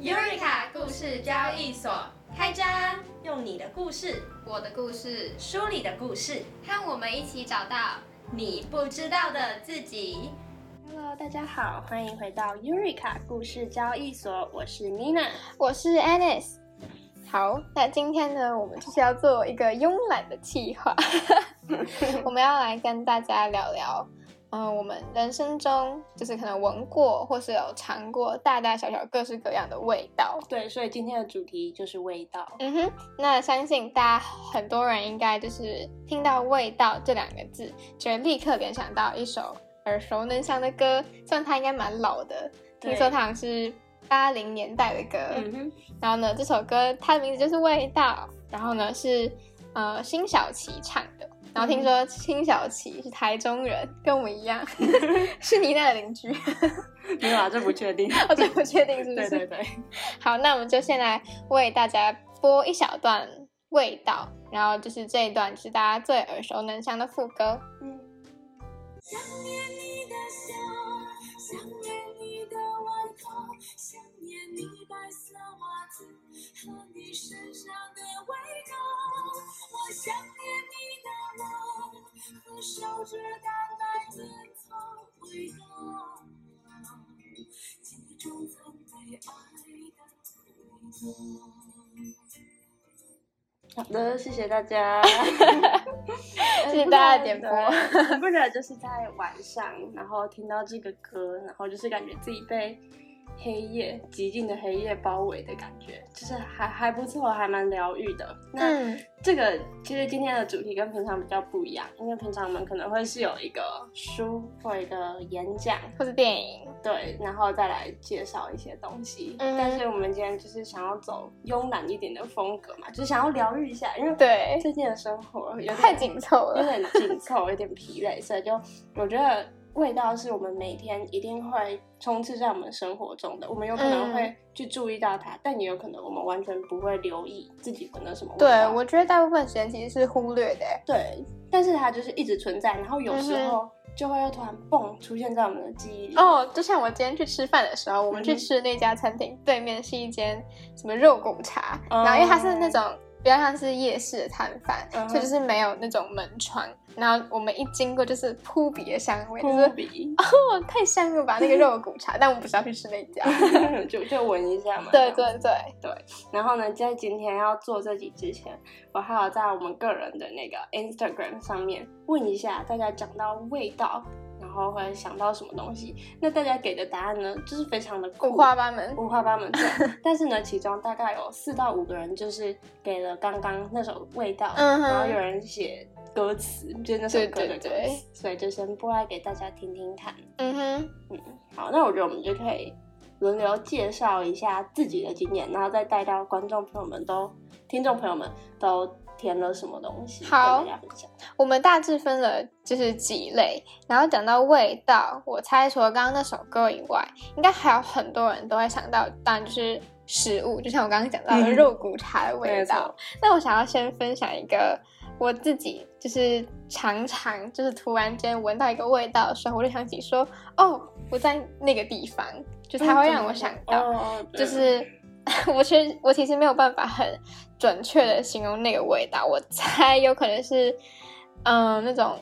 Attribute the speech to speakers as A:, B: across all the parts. A: Eureka 故事交易所开张，
B: 用你的故事、
A: 我的故事，
B: 书里的故事，
A: 和我们一起找到
B: 你
A: 不知道的自己。
B: Hello，大家好，欢迎回到 Eureka 故事交易所，我是 Nina。
C: 我是 Anis。好，那今天呢，我们就是要做一个慵懒的计 划，我们要来跟大家聊聊，嗯、我们人生中就是可能闻过或是有尝过大大小小各式各样的味道。
B: 对，所以今天的主题就是味道。
C: 嗯哼，那相信大家很多人应该就是听到“味道”这两个字，就会立刻联想到一首耳熟能详的歌，虽然它应该蛮老的，听
B: 对
C: 说它好像是八零年代的歌。
B: 嗯哼，
C: 然后呢，这首歌它的名字就是《味道》，然后呢是呃辛晓琪唱的。然后听
B: 嗯
C: 说辛晓琪是台中人，跟我们一 样， 是妮娜的邻居，
B: 没有啊，这不 确定。
C: 我这不确定是不
B: 对
C: 是。
B: 对对，
C: 好，那我们就先来为大家播一小段味道，然后就是这一段是大家最耳熟能详的副歌。
B: 嗯
D: 想念你的笑，想念你的外套，想念你白色袜子和你身上的味道。我想念你的吻和烧着蛋白烟草味道，记忆中曾被爱的味道。
B: 好的，谢谢大家，
C: 谢谢大家的点播
B: 对。很不然就是在晚上，然后听到这个歌，然后就是感觉自己被黑夜极尽的黑夜包围的感觉，就是还还不错，还蛮疗愈的。那、
C: 嗯，
B: 这个其实今天的主题跟平常比较不一样，因为平常我们可能会是有一个书或一个演讲，
C: 或是电影，
B: 对，然后再来介绍一些东西。
C: 嗯
B: 但是我们今天就是想要走慵懒一点的风格嘛，就是想要疗愈一下，因为哎
C: 对，
B: 最近的生活有点
C: 太紧凑
B: 有
C: 了。
B: 点紧凑，有点疲累，所以就我觉得味道是我们每天一定会充斥在我们生活中的。我们有可能
C: 嗯
B: 会去注意到它，但也有可能我们完全不会留意自己闻了什么味道。
C: 对，我觉得大部分时间其实是忽略的欸。
B: 对，但是它就是一直存在，然后有时
C: 嗯哼
B: 候就会又突然蹦出现在我们的记忆里。
C: 哦，就像我今天去吃饭的时候，我们
B: 嗯
C: 去
B: 哼
C: 吃那家餐厅，对面是一间什么肉骨茶，
B: 哦
C: 然后因为它是那种比较像是夜市的摊贩，
B: 嗯哼
C: 所以就是没有那种门窗，然后我们一经过就是扑鼻的香味，就
B: 扑
C: 是
B: 鼻，
C: 哦太香了吧那个肉骨茶，但我们不是要去吃那一 家，
B: 就就闻一下嘛。
C: 对
B: 这样。
C: 对对，
B: 然后呢，在今天要做这集之前，我还有在我们个人的那个 Instagram 上面问一下大家，讲到味道，然后会想到什么东西？那大家给的答案呢，就是非常的酷
C: 五花八门，
B: 五花八门 对。但是呢，其中大概有四到五个人就是给了刚刚那首味道，
C: 嗯哼
B: 然后有人写歌词，就是那首歌的歌词，
C: 对对对
B: 所以就先播来给大家听听看。
C: 嗯哼，
B: 好，那我觉得我们就可以轮流介绍一下自己的经验，然后再带到观众朋友们都、听众朋友们都填了什么东西，
C: 好
B: 跟大家分享。
C: 我们大致分了就是几类，然后讲到味道，我猜除了刚刚那首歌以外，应该还有很多人都会想到，当然就是食物，就像我刚刚讲到的
B: 嗯
C: 肉骨茶的味
B: 没
C: 道
B: 错。
C: 那我想要先分享一个我自己就是常常就是突然间闻到一个味道的时候，我就想起说，哦，我在那个地方，就它
B: 嗯
C: 会让我想到。
B: 哦，对
C: 就是 我其实我其实没有办法很准确的形容那个味道，我猜有可能是嗯、呃那种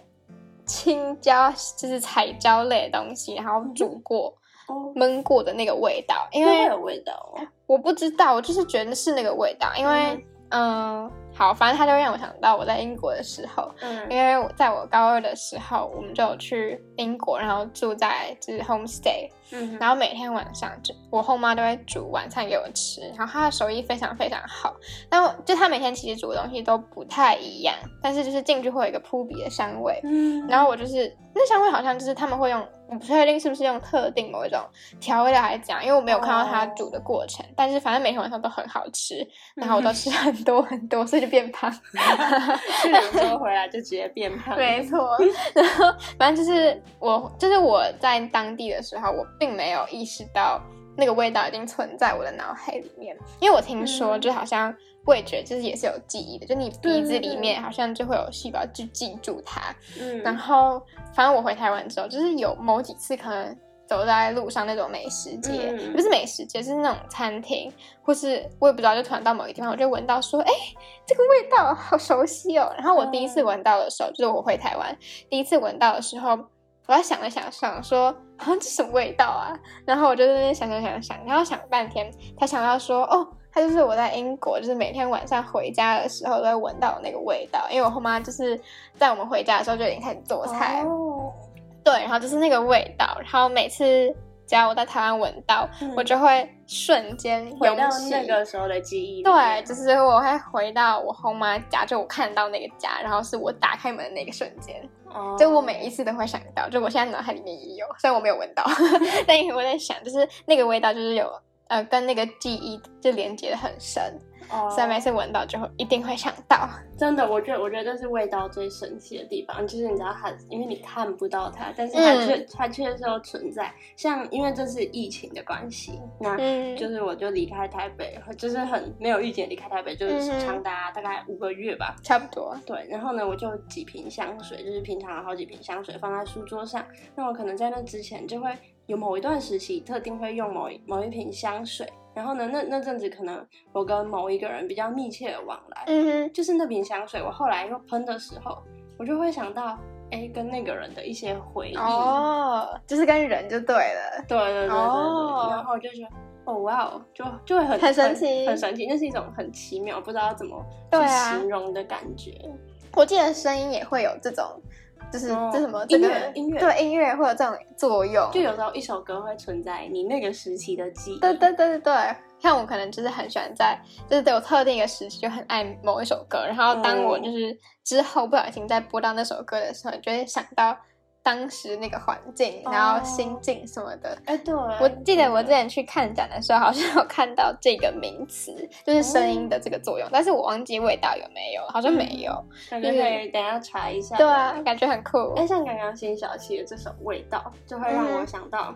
C: 青椒，就是彩椒类的东西，然后煮过、
B: 哦，
C: 焖过的那个味道，因
B: 因为
C: 为
B: 有味道哦，
C: 我不知道，我就是觉得是那个味道，因为嗯、好，反正它就让我想到我在英国的时候，
B: 嗯
C: 因为我在我高二的时候，我们就有去英国，然后住在就是 homestay，
B: 嗯
C: 然后每天晚上就我后妈都会煮晚餐给我吃，然后她的手艺非常非常好。那我就她每天其实煮的东西都不太一样，但是就是进去会有一个扑鼻的香味。
B: 嗯
C: 然后我就是那香味好像就是他们会用，我不确定是不是用特定某一种调味料来讲，因为我没有看到她
B: 哦
C: 煮的过程。但是反正每天晚上都很好吃，然后我都吃很多很多，所以就变胖。
B: 去了之后回来就直接变胖，
C: 没错，嗯 然后反正就是我，就是我在当地的时候，我并没有意识到那个味道已经存在我的脑海里面，因为我听说
B: 嗯
C: 就好像味觉就是也是有记忆的，就你
B: 对
C: 鼻子
B: 对
C: 里
B: 对
C: 面好像就会有细胞去记住它。
B: 嗯，
C: 然后反正我回台湾之后，就是有某几次可能走在路上那种美食街，
B: 嗯
C: 不是美食街，就是那种餐厅，或是我也不知道，就突然到某个地方，我就闻到说，哎，这个味道好熟悉哦。然后我第一
B: 嗯
C: 次闻到的时候，就是我回台湾第一次闻到的时候，我要想了想，想说啊，这什么味道啊？然后我就在那边想想想想，然后想半天，才想到说，哦，它就是我在英国，就是每天晚上回家的时候都会闻到那个味道，因为我后妈就是在我们回家的时候就已经开始做菜，
B: 哦，
C: 对，然后就是那个味道，然后每次只要我在台湾闻到，
B: 嗯
C: 我就会瞬间
B: 回
C: 涌
B: 到
C: 起
B: 那个时候的记忆。
C: 对，，就是我会回到我后妈家，就我看到那个家，然后是我打开门的那个瞬间，
B: 哦
C: 就我每一次都会想到，就我现在脑海里面也有，虽然我没有闻到， 但也我在想，就是那个味道，就是有呃跟那个记忆就连接的很深，
B: 哦
C: 所以每次闻到就会一定会想到。
B: 真的，我觉得我觉得这是味道最神奇的地方，就是你知道它，因为你看不到它，但是它
C: 嗯
B: 却、它确实有存在。像因为这是疫情的关系，那
C: 嗯，
B: 就是我就离开台北，就是很没有预警地离开台北，就
C: 嗯哼
B: 是长达大概五个月吧。
C: 差不多。
B: 对，然后呢，我就几瓶香水，就是平常有好几瓶香水放在书桌上。那我可能在那之前就会有某一段时期特定会用某一某一瓶香水，然后呢，那那阵子可能我跟某一个人比较密切的往来，
C: 嗯
B: 就是那瓶香水，我后来又喷的时候，我就会想到，哎，跟那个人的一些回忆。
C: 哼，哦，就是跟人就对了。
B: 对对对对对，
C: 哦
B: 然后我就觉得。哦哇哦，就就会很
C: 很神奇
B: 很，很神奇，那是一种很奇妙，不知道怎么去
C: 对啊
B: 形容的感觉。
C: 我记得声音也会有这种，就是
B: 哦
C: 这什么这
B: 音
C: 个
B: 乐音乐
C: 对音乐会有这种作用。
B: 就有时候一首歌会存在你那个时期的记忆。
C: 对对对对对，像我可能就是很喜欢在，就是对我特定一个时期就很爱某一首歌，然后当我
B: 嗯
C: 就是之后不小心再播到那首歌的时候，你就会想到当时那个环境，
B: 哦
C: 然后心境什么的。
B: 哎，对，
C: 我记得我之前去看展的时候，好像有看到这个名词，就是声音的这个作
B: 哦
C: 用，但是我忘记味道有没有，好像没
B: 嗯
C: 有。
B: 感觉可以等一下查一下。
C: 嗯对啊，感觉很酷。
B: 哎，像刚刚辛晓琪的这首《味道》，就会
C: 嗯
B: 让我想到，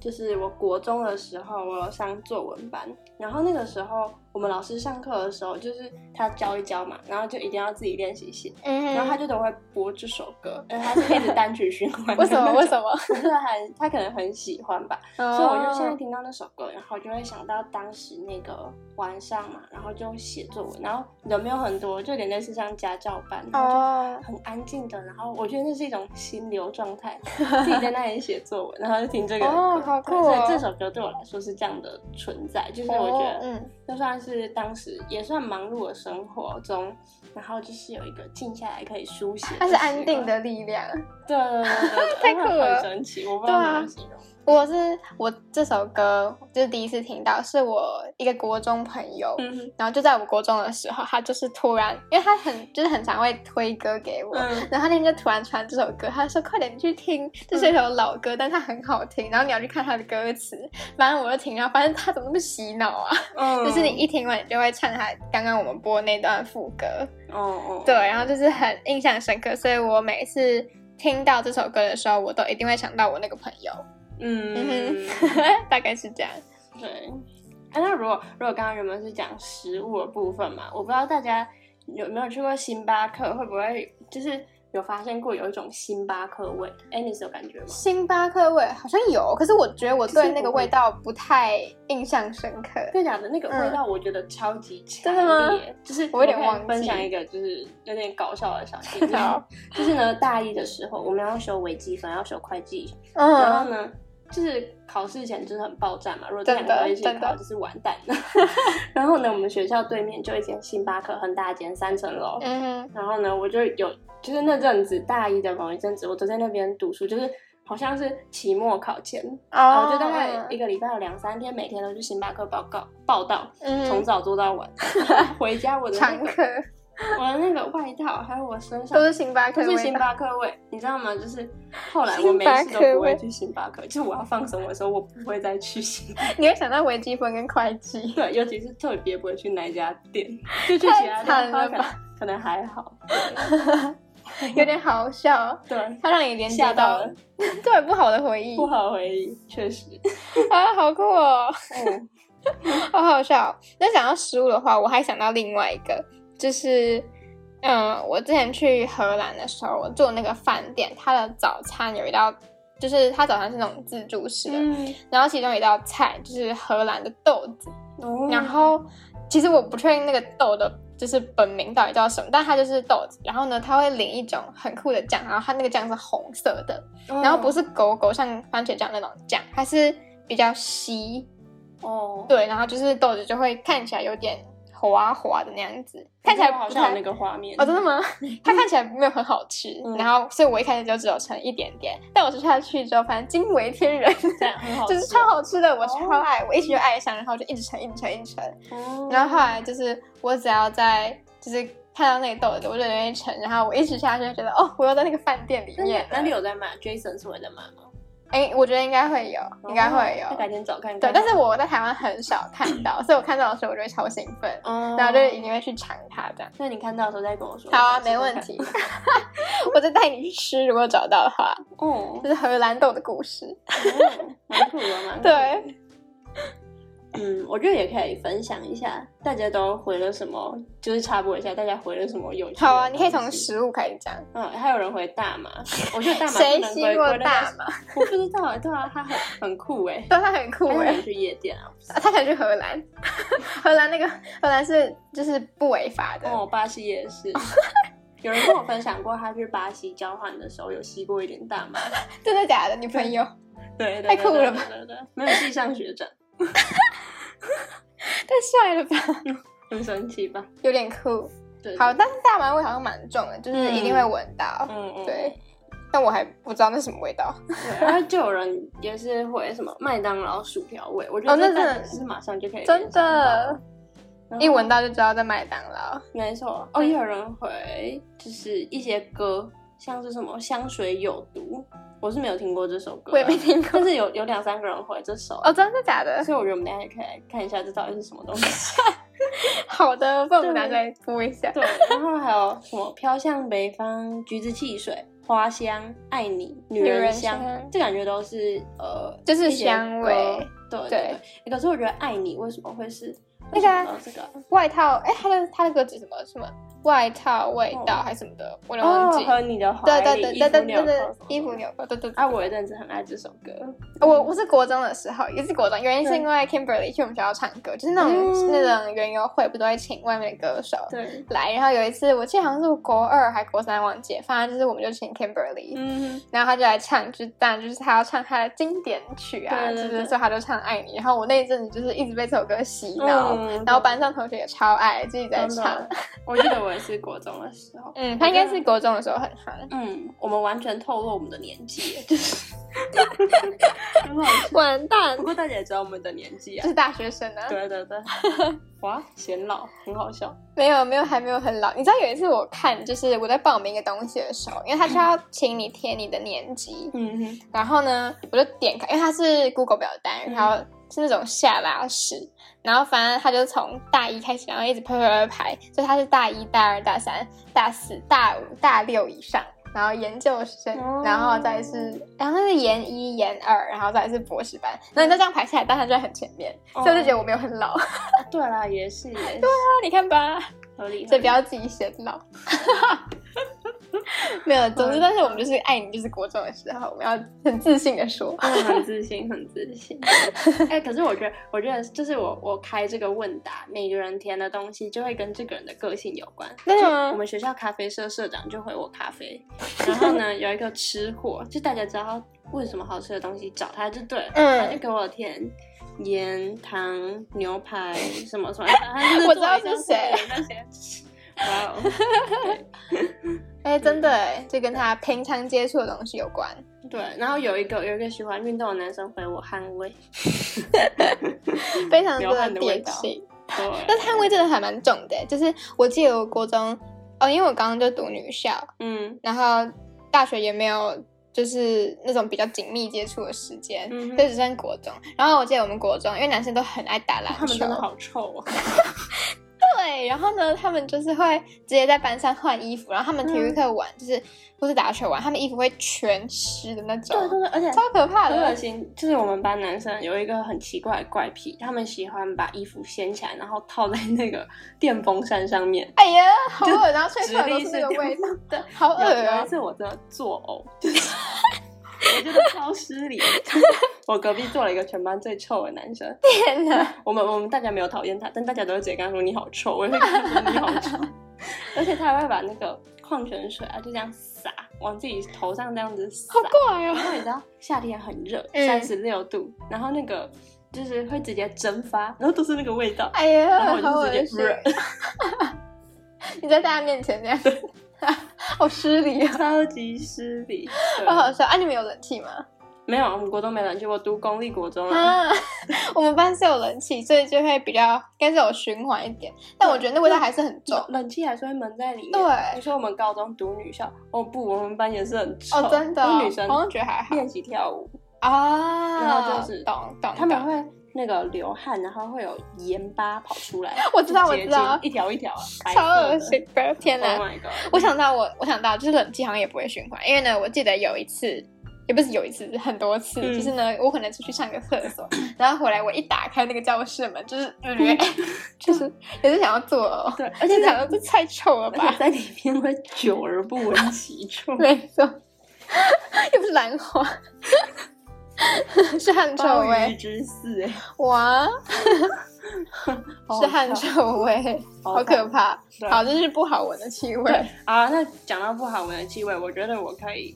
B: 就是我国中的时候，我有上作文班，然后那个时候我们老师上课的时候，就是他教一教嘛，然后就一定要自己练习写，
C: 嗯，。
B: 然后他就都会播这首歌，而且他是一直单曲循环
C: 为什么为什么？
B: 么？就是很 他可能很喜欢吧，
C: 所
B: 所以我就
C: 哦
B: 现在听到那首歌，然后就会想到当时那个晚上嘛，然后就写作文，然后人没有很多，就有点类似像家教班，然后
C: 哦
B: 就很安静的，然后我觉得那是一种心流状态，自己在那里写作文，然后就听这个歌
C: 哦好酷
B: 对
C: 哦
B: 所以这首歌对我来说是这样的存在，就是我觉
C: 哦
B: 得
C: 嗯
B: 就算是当时也算忙碌的生活中，然后就是有一个静下来可以书写，
C: 它是安定，的力量。
B: 对对对
C: 太
B: 对，
C: 酷了
B: 很神奇，我不知道
C: 对啊
B: 怎么形容。
C: 我是我这首歌就是第一次听到，是我一个国中朋友，
B: 嗯
C: 然后就在我国中的时候，他就是突然，因为他很就是很常会推歌给我，
B: 嗯
C: 然后他那天就突然传这首歌，他说快点你去听，这是一首老歌，但它很好
B: 嗯
C: 听，然后你要去看它的歌词，反正我就听，然后反正他怎么那么洗脑啊，
B: 嗯，
C: 就是你一听完你就会唱他刚刚我们播那段副歌，
B: 哦哦，
C: 对，然后就是很印象深刻，所以我每次听到这首歌的时候，我都一定会想到我那个朋友。嗯
B: 嗯，
C: 哼， 大概是这样。
B: 对。哎，那如果如果刚刚原本是讲食物的部分嘛，我不知道大家有没有去过星巴克，会不会就是有发现过有一种星巴克味？哎，你是有感觉吗？
C: 星巴克味好像有，可是我觉得我
B: 可
C: 对
B: 是
C: 那个
B: 我
C: 味道不太印象深刻。
B: 跟你讲的那个
C: 嗯
B: 味道，我觉得超级强
C: 真的吗
B: 烈，就是
C: 我有点
B: 可以
C: 忘记
B: 分享一个就是有点搞笑的小 技巧
C: 好，
B: 就是呢，大一的时候我们要修微积分，要修会计，然后
C: 嗯，
B: 呢，就是考试前就是很爆炸嘛，如果这两
C: 真的
B: 个一起
C: 真的
B: 考就是完蛋 了。然后呢，我们学校对面就有一间星巴克，很大间，三层楼。
C: 嗯哼，
B: 然后呢，我就有就是那阵子大一的某一阵子，我都在那边读书，就是好像是期末考前，然后
C: 哦
B: 就大概一个礼拜有两三天，每天都去星巴克报告报道，
C: 嗯
B: 从早做 到晚。回家我的那
C: 常
B: 个
C: 客
B: 我的那个外套还有我身上
C: 都是星巴克
B: 就
C: 味道，
B: 是星巴克味，你知道吗？就是后 来我每次都不会去星巴克，就是我要放松的时候，我不会再去星巴克。
C: 你会想到微积分跟会计。
B: 对，尤其是特别不会去哪一家店，就去其他
C: 太惨
B: 地
C: 了
B: 方可能
C: 吧
B: 可能还好。
C: 有点好笑，
B: 对，
C: 它让你连接
B: 吓到
C: 到
B: 了
C: 对不好的回忆
B: 不好回忆，确实。
C: 啊，好酷哦，
B: 嗯，
C: 好好笑。哦那想到食物的话，我还想到另外一个，就是，嗯，我之前去荷兰的时候，我住的那个饭店，它的早餐有一道就是它早餐是那种自助式的，
B: 嗯，
C: 然后其中有一道菜就是荷兰的豆子，
B: 哦
C: 然后其实我不确定那个豆的就是本名到底叫什么，但它就是豆子。然后呢，它会淋一种很酷的酱，然后它那个酱是红色的，
B: 嗯
C: 然后不是狗狗像番茄酱那种酱，它是比较稀，
B: 哦，
C: 对，然后就是豆子就会看起来有点滑滑的那样子，看起来
B: 我好
C: 不
B: 像
C: 太
B: 有那个画面
C: 哦，真 的吗？它看起来没有很好吃，
B: 嗯
C: 然后所以我一开始就只有盛一点点，但我吃下去之后，反正惊为天人，
B: 这样很好吃哦
C: 就是超好吃的，我超爱，我一直就爱上，然后就一直盛，一直盛，一直盛。
B: 哦
C: 然后后来就是我只要在就是看到那个豆子，我就容易盛，然后我一吃下去就觉得哦，我又在那个饭店里
B: 那
C: 面
B: 你
C: 了
B: 那里？有在卖？Jason 是会在卖吗？
C: 哎，我觉得应该会有，应该会有
B: 哦那。改天找看看。
C: 对，但是我在台湾很少看到，所以我看到的时候我就会超兴奋，
B: 哦，
C: 然后就一定会去尝它这样。
B: 那你看到的时候再跟我说。
C: 好啊，
B: 我试试
C: 没问
B: 看。
C: 题， 我就带你去吃，如果找到的话。
B: 哦，
C: 这是荷兰豆的故事。
B: 嗯蛮酷的，蛮酷的
C: 对，
B: 嗯，我觉得也可以分享一下，大家都回了什么，就是插播一下，大家回了什么有趣的东西。
C: 好啊，你可以从食物开始讲。
B: 嗯，还有人回大麻，我觉得大麻不
C: 谁
B: 能
C: 吸
B: 归
C: 过
B: 归类到
C: 大麻？
B: 我不知道啊，对啊，他很很酷哎、
C: 但他很酷
B: 他
C: 哎
B: 想、去夜店啊？
C: 啊他想去荷兰， 荷兰那个荷兰是就是不违法的。
B: 哦，巴西也是。有人跟我分享过，他去巴西交换的时候有吸过一点大麻。
C: 真的假的？女朋友？
B: 对，对
C: 太酷了吧？
B: 对对对对对，没有系上学长，
C: 太帅了吧，
B: 很神奇吧？
C: 有点酷。
B: 对，
C: 好，但是大麻味好像蛮重的，就是一定会闻到。
B: 嗯嗯，
C: 对，但我还不知道那是什么味道。
B: 对，然后就有人也是会什么麦当劳薯条味，我觉
C: 哦
B: 得
C: 那
B: 这
C: 真的
B: 蛋是马上就可以
C: 真的，
B: 然后
C: 一闻到就知道在麦当劳。
B: 没错哦，也有人回就是一些歌，像是什么香水有毒，我是没有听过这首歌，
C: 我也没听过，
B: 但是有有两三个人回这首，
C: 哦，真的假的？
B: 所以我觉得我们等一下也可以来看一下这到底是什么东西。
C: 好的，不然我
B: 对
C: 们拿再播一下。
B: 对，然后还有什么飘向北方、橘子汽水、花香、爱你、女
C: 女
B: 人
C: 人
B: 香，
C: 香
B: 这感觉都是呃，
C: 就是
B: 一些
C: 香
B: 歌
C: 味。
B: 对对
C: 对
B: 对可是我觉得爱你为什么会是
C: 那个啊
B: 为什么到这个？
C: 外套，哎、他的他的歌词什么什么外套味道还是什么的，我有点忘记。
B: 和你的
C: 对
B: 嗯哦怀
C: 哦对
B: 里
C: 对
B: 衣
C: 对
B: 服
C: 对
B: 纽
C: 对
B: 扣
C: 对
B: 什么，
C: 衣服
B: 的
C: 纽哦扣，对对对。
B: 啊，我有一阵子很爱这首歌，
C: 我我是国中的时候，也是国中，原因是因为 Kimberly 去我们学校唱歌，就是那种、
B: 嗯
C: 那种园游会，不都会请外面的歌手
B: 对，
C: 来？然后有一次，我记得好像是我国二还国三忘记了，反正就是我们就请 Kimberly，、
B: 嗯，
C: 然后他就来唱，就是当然就是他要唱他的经典曲啊，
B: 对对
C: 就
B: 对
C: 是所以他就唱《爱你》，然后我那一阵子就是一直被这首歌洗脑，
B: 嗯
C: 然后班上同学也超爱，自己在
B: 真
C: 唱
B: 的。，我记得我也是国中的时候，
C: 嗯，他应该是国中的时候很 夯，
B: 嗯，我们完全透露我们的年纪，就是很好笑。
C: 完蛋
B: 不，过大家也知道我们的年纪
C: 就
B: 啊，
C: 是大学生啊，
B: 对 对对，哇，显老，很好笑。
C: 没有没有还没有很老。你知道有一次我看，就是我在报名一个东西的时候，因为他就要请你填你的年级，
B: 嗯哼，
C: 然后呢，我就点开，因为它是 Google 表单，
B: 嗯
C: 然后是那种下拉式，然后反正他就从大一开始，然后一直排排排排，所以他是大一、大二、大三、大四、大五、大六以上，然后研究生，
B: 哦
C: 然后再是，然后是研一、研二，然后再是博士班，然后你就这样排下来，当然就在很前面，所以我就觉得我没有很老。啊，
B: 啊对啊啦，也 是，也是
C: 你看 吧，
B: 合理。
C: 所以不要自己显老。 没有，总之，但是我们就是爱你，就是国中的时候，我们要很自信的说。
B: 合理啊很自信，很自 信。哎、可是我觉得，我觉得就是我我开这个问答，每个人填的东西就会跟这个人的个性有关。
C: 真的
B: 就
C: 吗
B: 我们学校咖啡社社长就回我咖啡，然后 呢有一个吃货，就大家知道他为什么好吃的东西找他就对了，
C: 嗯
B: 他就给我填盐、糖、牛排什么 什么，他就是
C: 我知道
B: 做一
C: 是
B: 张
C: 谁
B: 那些。哇哦，
C: 哎、真的哎，就跟他平常接触的东西有关。
B: 对，然后有一个有一个喜欢运动的男生回我捍卫，
C: 非常
B: 流汗
C: 的
B: 的味
C: 典
B: 道
C: 型。
B: 对，
C: 但是汗味真的还蛮重的，欸就是我记得我国中，哦，因为我刚刚就读女校，
B: 嗯
C: 然后大学也没有就是那种比较紧密接触的时间，
B: 嗯哼
C: 就只剩国中。然后我记得我们国中，因为男生都很爱打篮
B: 他
C: 球，
B: 们真的好臭哦。
C: 对，然后呢，他们就是会直接在班上换衣服，然后他们体
B: 嗯
C: 育课玩、就是或是打球玩，他们衣服会全湿的那种，
B: 对对对，而且
C: 超可怕
B: 很恶
C: 的。
B: 心。就是我们班男生有一个很奇怪的怪癖，他们喜欢把衣服掀起来，然后套在那个电风扇上面。
C: 哎呀，好恶！然后睡
B: 直
C: 觉都
B: 立
C: 是
B: 式
C: 那个
B: 电
C: 味道，
B: 对，啊
C: 好恶啊
B: 有有一
C: 哦！
B: 次我真的作呕，就是我觉得超失礼。我隔壁坐了一个全班最臭的 男生，
C: 天哪！
B: 我们我们大家没有讨厌他，但大家都会直接跟他说你好臭，我也会跟他说你好 臭，而且他还会把那个矿泉水啊就这样洒往自己头上这样子洒
C: 好，怪哦、
B: 然后你知道夏天很热，
C: 嗯
B: 三十六度，然后那个就是会直接蒸发，然后都是那个 味道，
C: 哎呀
B: 然后，
C: 好
B: 我就
C: 恶
B: 直
C: 心
B: 接。
C: 你在大家面前那样，好失礼啊！
B: 超级失 礼。对
C: 我好笑啊！你们有冷气吗？
B: 没有，我们国中没冷气，我读公立国中啊。
C: 啊，我们班是有冷气，所以就会比较跟着有循环一点，但我觉得那味道还是很重。
B: 冷气还是会闷在里面。
C: 对
B: 你说我们高中读女校，哦不，我们班也是很臭，
C: 哦，真的哦、
B: 嗯因为女生
C: 好像觉得还好
B: 练习跳舞，
C: 啊。
B: 然后就是
C: 懂懂，
B: 他们
C: 懂
B: 会那个流汗，然后会有盐巴跑出来。
C: 我知道
B: 就结晶
C: 我知道
B: 一条一条啊，白色
C: 超
B: 的
C: 恶。心的，天
B: Oh
C: 哪！
B: my god！
C: 我想到我，我想到就是冷气好像也不会循环，因为呢，我记得有一次，也不是有一次，很多次，
B: 嗯
C: 就是呢，我可能出去上个厕 所，然后回来我一打开那个教室门，就是、就是也是想要做哦，
B: 嗯对，而
C: 而且
B: 且
C: 想
B: 在
C: 到这太 臭了
B: 而
C: 吧。
B: 且，在里面会久而不闻其臭
C: 没错， 又不是兰花， 是汗臭
B: 鲍鱼
C: 味，
B: 之 肆，哎，
C: 哇，
B: 好
C: 是
B: 好
C: 汗
B: 笑
C: 臭味，
B: 好
C: 好 可
B: 怕
C: 怕，
B: 对
C: 好，这是不好闻的气味，
B: 对啊，那讲到不好闻的气味，我觉得我可以，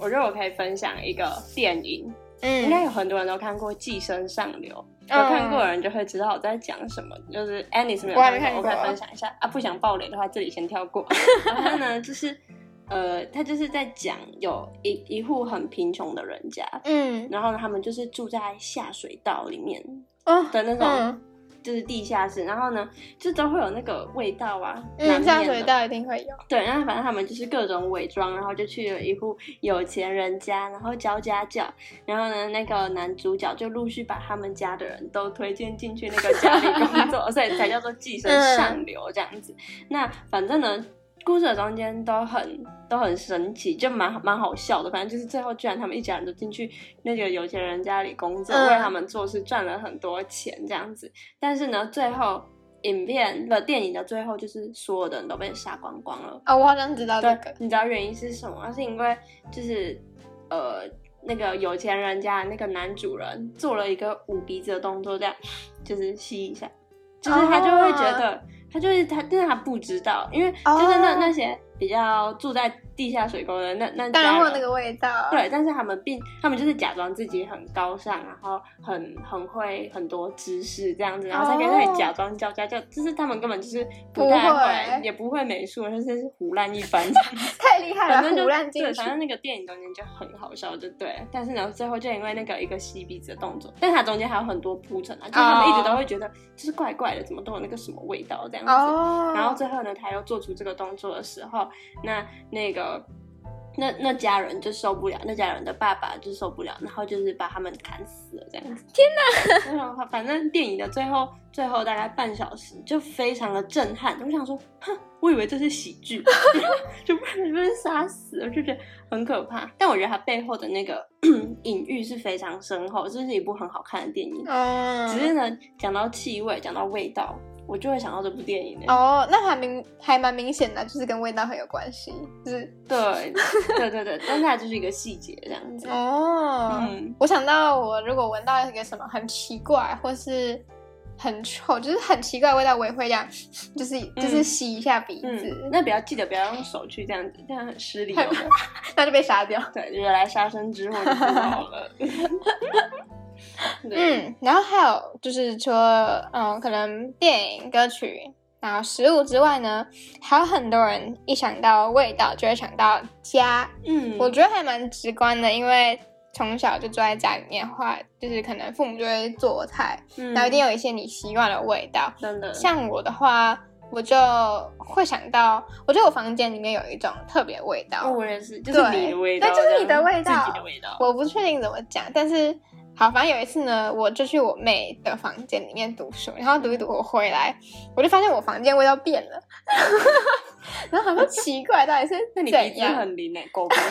B: 我觉得我可以分享一个电影，应该
C: 嗯，
B: 有很多人都看过《寄生上流》，
C: 嗯
B: 有看过的人就会知道我在讲什么。就是 Annie 是没有
C: 我还没
B: 看过，我可
C: 看过
B: 以分享一下啊。不想暴雷的话，这里先跳 过。然后呢，就是呃，他就是在讲有一一户很贫穷的人家，
C: 嗯，
B: 然后呢，他们就是住在下水道里面
C: 哦，
B: 的那种。
C: 嗯
B: 就是地下室，然后呢，就都会有那个味道啊，难
C: 嗯，下
B: 免
C: 水
B: 的
C: 道一定会有。
B: 对，然后反正他们就是各种伪装，然后就去了一户有钱人家，然后教家教，然后呢，那个男主角就陆续把他们家的人都推荐进去那个家里工作，所以才叫做寄生上流这样子。那反正呢，故事的中间都很都很神奇，就蛮蛮好笑的。反正就是最后居然他们一家人都进去那个有钱人家里工作，
C: 嗯
B: 为他们做事赚了很多钱这样子。但是呢，最后影片的电影的最后，就是所有的人都被杀光光了。
C: 啊、我好像知道这
B: 对
C: 个，，
B: 你知道原因是什么？是因为就是呃，那个有钱人家的那个男主人做了一个捂鼻子的动作，这样就是吸一下，就是他就会觉得、他就是他，但是他不知道，因为就是那、
C: 哦
B: 那些比较住在地下水沟的那那
C: 当然
B: 家
C: 会有
B: 人
C: 那个味道。，
B: 对，但是他们并他们就是假装自己很高尚，然后很很会很多知识这样子，然后才跟那
C: 哦
B: 里假装教家教，就是他们根本就是
C: 不
B: 不太
C: 会
B: 也不会美术，就是胡乱一番这样子
C: 太厉害了，
B: 反正就
C: 腐烂进
B: 对，
C: 去
B: 反。正那个电影中间就很好笑，就对了。但是呢，最后就因为那个一个吸鼻子的动作，但它中间还有很多铺陈啊，就是他们一直都会觉得就是怪怪的，怎么都有那个什么味道这样子。
C: 哦，
B: 然后最后呢，他又做出这个动作的时候，那那个那那家人就受不了，那家人的爸爸就受不了，然后就是把他们砍死了这样子。 天哪！后反正电影的最后最后大概半小时就非常的震撼，我想说，哼，我以为这是喜剧， 就被人杀死了，就觉得很可怕。但我觉得它背后的那个 隐喻是非常深厚，这是一部很好看的电影。
C: 嗯，
B: 只是呢，讲到气味，讲到味道，我就会想到这部电影、欸。
C: 哦，那还明还蛮明显的，就是跟味道很有关系，就是
B: 对对对对，但是它就是一个细节这样子。
C: 哦。
B: 嗯，
C: 我想到我如果闻到一个什么很奇怪，或是很臭，就是很奇怪的味道，我也会这样， 就是就是
B: 嗯
C: 吸一下鼻
B: 嗯，
C: 子，
B: 那不要记得不要用手去这样子，这样很失 礼哦。
C: 那就被杀掉。
B: 对，惹来杀身之祸就不好了。 对，
C: 嗯，然后还有就是除了嗯，可能电影、歌曲，然后食物之外呢，还有很多人一想到味道就会想到家，
B: 嗯
C: 我觉得还蛮直观的，因为从小就住在家里面的话，就是可能父母就会做菜，
B: 嗯
C: 然后一定有一些你习惯的味道。
B: 真的
C: 像我的话，我就会想到，我觉得我房间里面有一种特别的味道，
B: 我也是，就是
C: 对
B: 你的味道，
C: 对就是你
B: 这样
C: 的味道
B: 自己的味道。
C: 我不确定怎么讲，但是好，反正有一次呢，我就去我妹的房间里面读书，然后读一读，我回来，我就发现我房间味道变了， 然后好像奇怪，到底是
B: 那你鼻
C: 怎
B: 子
C: 样？嗯
B: 很灵哎、狗 鼻子。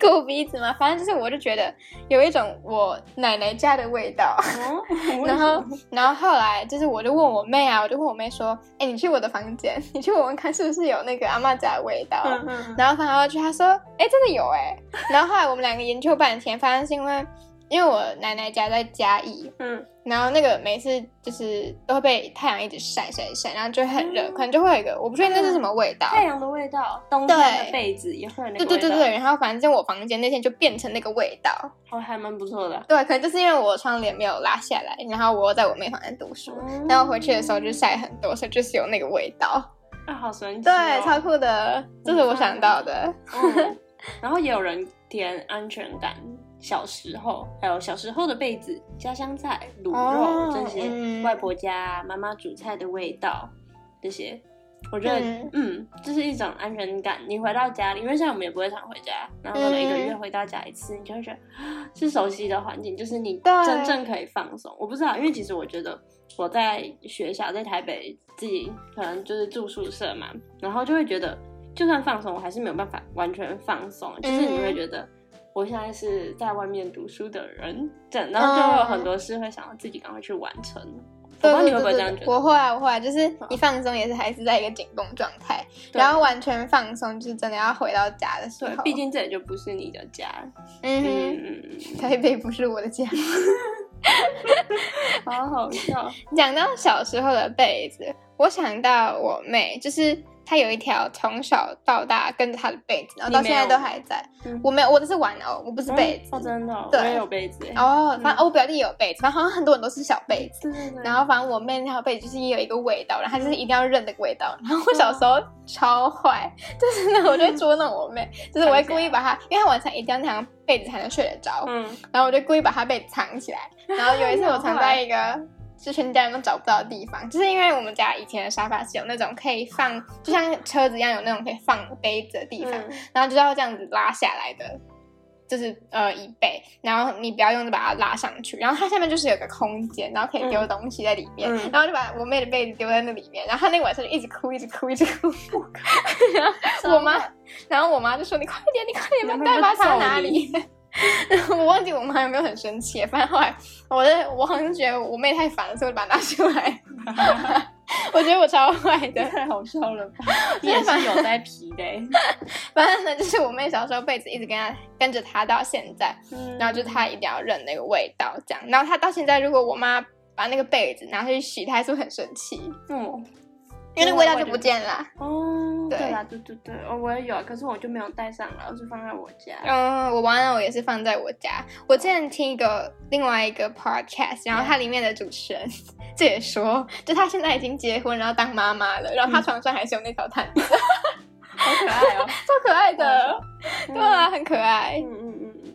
C: 狗鼻子吗？反正就是，我就觉得有一种我奶奶家的味道。
B: 哦，
C: 然后，然后后来就是，我就问我妹啊，我就问我妹说：“哎，你去我的房间，你去闻闻看是不是有那个阿嬷家的味道。
B: 嗯嗯
C: 然后翻过去，她说：“哎，真的有哎、然后后来我们两个研究半天，发现是因为因为我奶奶家在嘉义，
B: 嗯，
C: 然后那个每次就是都会被太阳一直晒晒晒，然后就会很热，可能就会有一个我不确定那是什么味道。
B: 太阳的味道，冬天
C: 对
B: 的被子也会有那个
C: 对
B: 味道
C: 对对对，，然后反正我房间那天就变成那个味道，
B: 哦，还蛮不错的。
C: 对，可能就是因为我窗帘没有拉下来，然后我又在我妹房间读书，
B: 嗯
C: 然后回去的时候就晒很多，所以就是有那个味道，
B: 啊，好神奇、
C: 对
B: 哦，，
C: 超酷的，这是我想到的，
B: 嗯，然后也有人填安全感，小时候，还有小时候的被子、家乡菜、卤
C: 哦
B: 肉、这
C: 嗯
B: 些，外婆家妈妈煮菜的味道，这些，我觉得，
C: 嗯
B: 嗯这是一种安全感。你回到家里，因为现在我们也不会常回家，然后每个
C: 嗯
B: 月回到家一次，你就会觉得啊是熟悉的环境，就是你
C: 对
B: 真正可以放松。我不知道，因为其实我觉得。我在学校，在台北自己可能就是住宿舍嘛，然后就会觉得，就算放松，我还是没有办法完全放松，就是你
C: 嗯
B: 会觉得我现在是在外面读书的人，这样，然后就会有很多事会想要自己赶快去完成。我
C: 嗯对
B: 不知道
C: 对
B: 你会
C: 对
B: 不会
C: 对
B: 这样觉，
C: 对我
B: 得？嗯
C: 会啊，我会啊，就是你放松也是还是在一个紧绷状态，
B: 对
C: 然后完全放松就是真的要回到家的时
B: 对
C: 候，，
B: 毕竟这也就不是你的家。
C: 嗯哼，
B: 嗯，
C: 台北不是我的家。
B: 好好笑。
C: 讲到小时候的被子，我想到我妹，就是她有一条从小到大跟着她的被子，然后到
B: 你
C: 现
B: 没有
C: 在都还在。
B: 嗯
C: 我没有，我的是玩偶，我不 是被子。
B: 哦，真的哦，
C: 对
B: 我也有被子。
C: 哦，反正、
B: 嗯
C: 哦我表弟也有被子，反正好像很多人都是小被子。
B: 对对嗯对。
C: 然后反正我妹那条被子就是也有一个味道，然后她就是一定要认那个味道。然
B: 嗯
C: 后我小时候超坏， 就是呢，我就会捉弄我妹，就是我会故意把她，因为她晚上一定要那条被子才能睡得着。
B: 嗯，
C: 然后我就故意把它被藏起来。然后有 一次我藏在一个就全家人都找不到的地方，就是因为我们家以前的沙发是有那种可以放，就像车子一样有那种可以放杯子的地方，
B: 嗯
C: 然后就是要这样子拉下来的。就是呃椅背，然后你不要用就把它拉上去，然后它下面就是有个空间，然后可以丢东西在里面，
B: 嗯嗯
C: 然后就把我妹的被子丢在那里面，然后她那个晚上就一直哭，一直哭，一直哭。 然后我妈，然后我妈就说：“你快点，你快点，
B: 难怪
C: 把袋
B: 不
C: 把
B: 揍
C: 藏哪
B: 你
C: 里？” 我忘记我妈有没有很生气，反正后来我的我好像觉得我妹太烦了，所以我就把它拿出 来。我觉得我超坏的，
B: 太好笑了 吧？你也是有 在皮的欸。
C: 反正呢，就是我妹小时候被子一直跟她跟着她到现在，
B: 嗯
C: 欸然后就她一定要认那个味道这样，然后她到现在如果我妈把那个被子拿去洗，她还是会很生气，
B: 嗯
C: 因为那个味道就不见了。
B: 哦，
C: 对
B: 对啦，对对对，哦，我也有，可是我就没有带上来，我是放在我家。
C: 嗯，我玩偶也是放在我家。我之前听一个另外一个 podcast，然后它里面的主持人 这也说，就她现在已经结婚，然后当妈妈了，然后她床上还是有那条毯子，
B: 好可爱 哦。
C: 超可爱的， 对啊，很可爱
B: 嗯。。嗯嗯嗯嗯，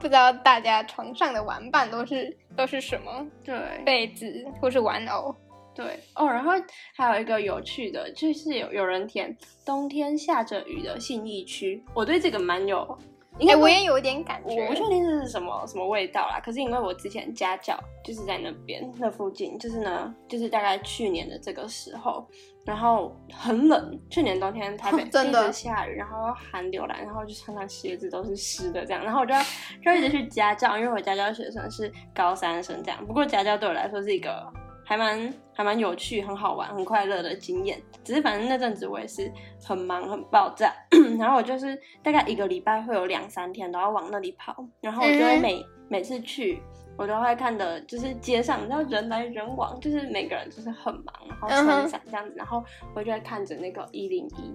C: 不知道大家床上的玩伴都是都是什么
B: 对。
C: 被子或是玩偶？
B: 对哦，然后还有一个有趣的，就是有有人填冬天下着雨的信义区，我对这个蛮有，应
C: 哎、
B: 该
C: 我
B: 不
C: 也有一点感
B: 我
C: 觉
B: 不。确定这是什么什么味道啦，可是因为我之前家教就是在那边那附近，就是呢，就是大概去年的这个时候，然后很冷，去年冬天台北
C: 真的
B: 一直下雨，然后寒流来，然后就常常鞋子都是湿的这样，然后我就要就一直去家教，因为我家教学生是高三生这样，不过家教对我来说是一个还蛮还蛮有趣、很好玩、很快乐的经验。只是反正那阵子我也是很忙、很爆炸， 然后我就是大概一个礼拜会有两三天都要往那里跑，然后我就会
C: 嗯
B: 每、每次去。我都会看的，就是街上，你知道人来人往，就是每个人就是很忙，然后
C: 嗯哼
B: 撑伞这样子，然后我就会看着那个一零一，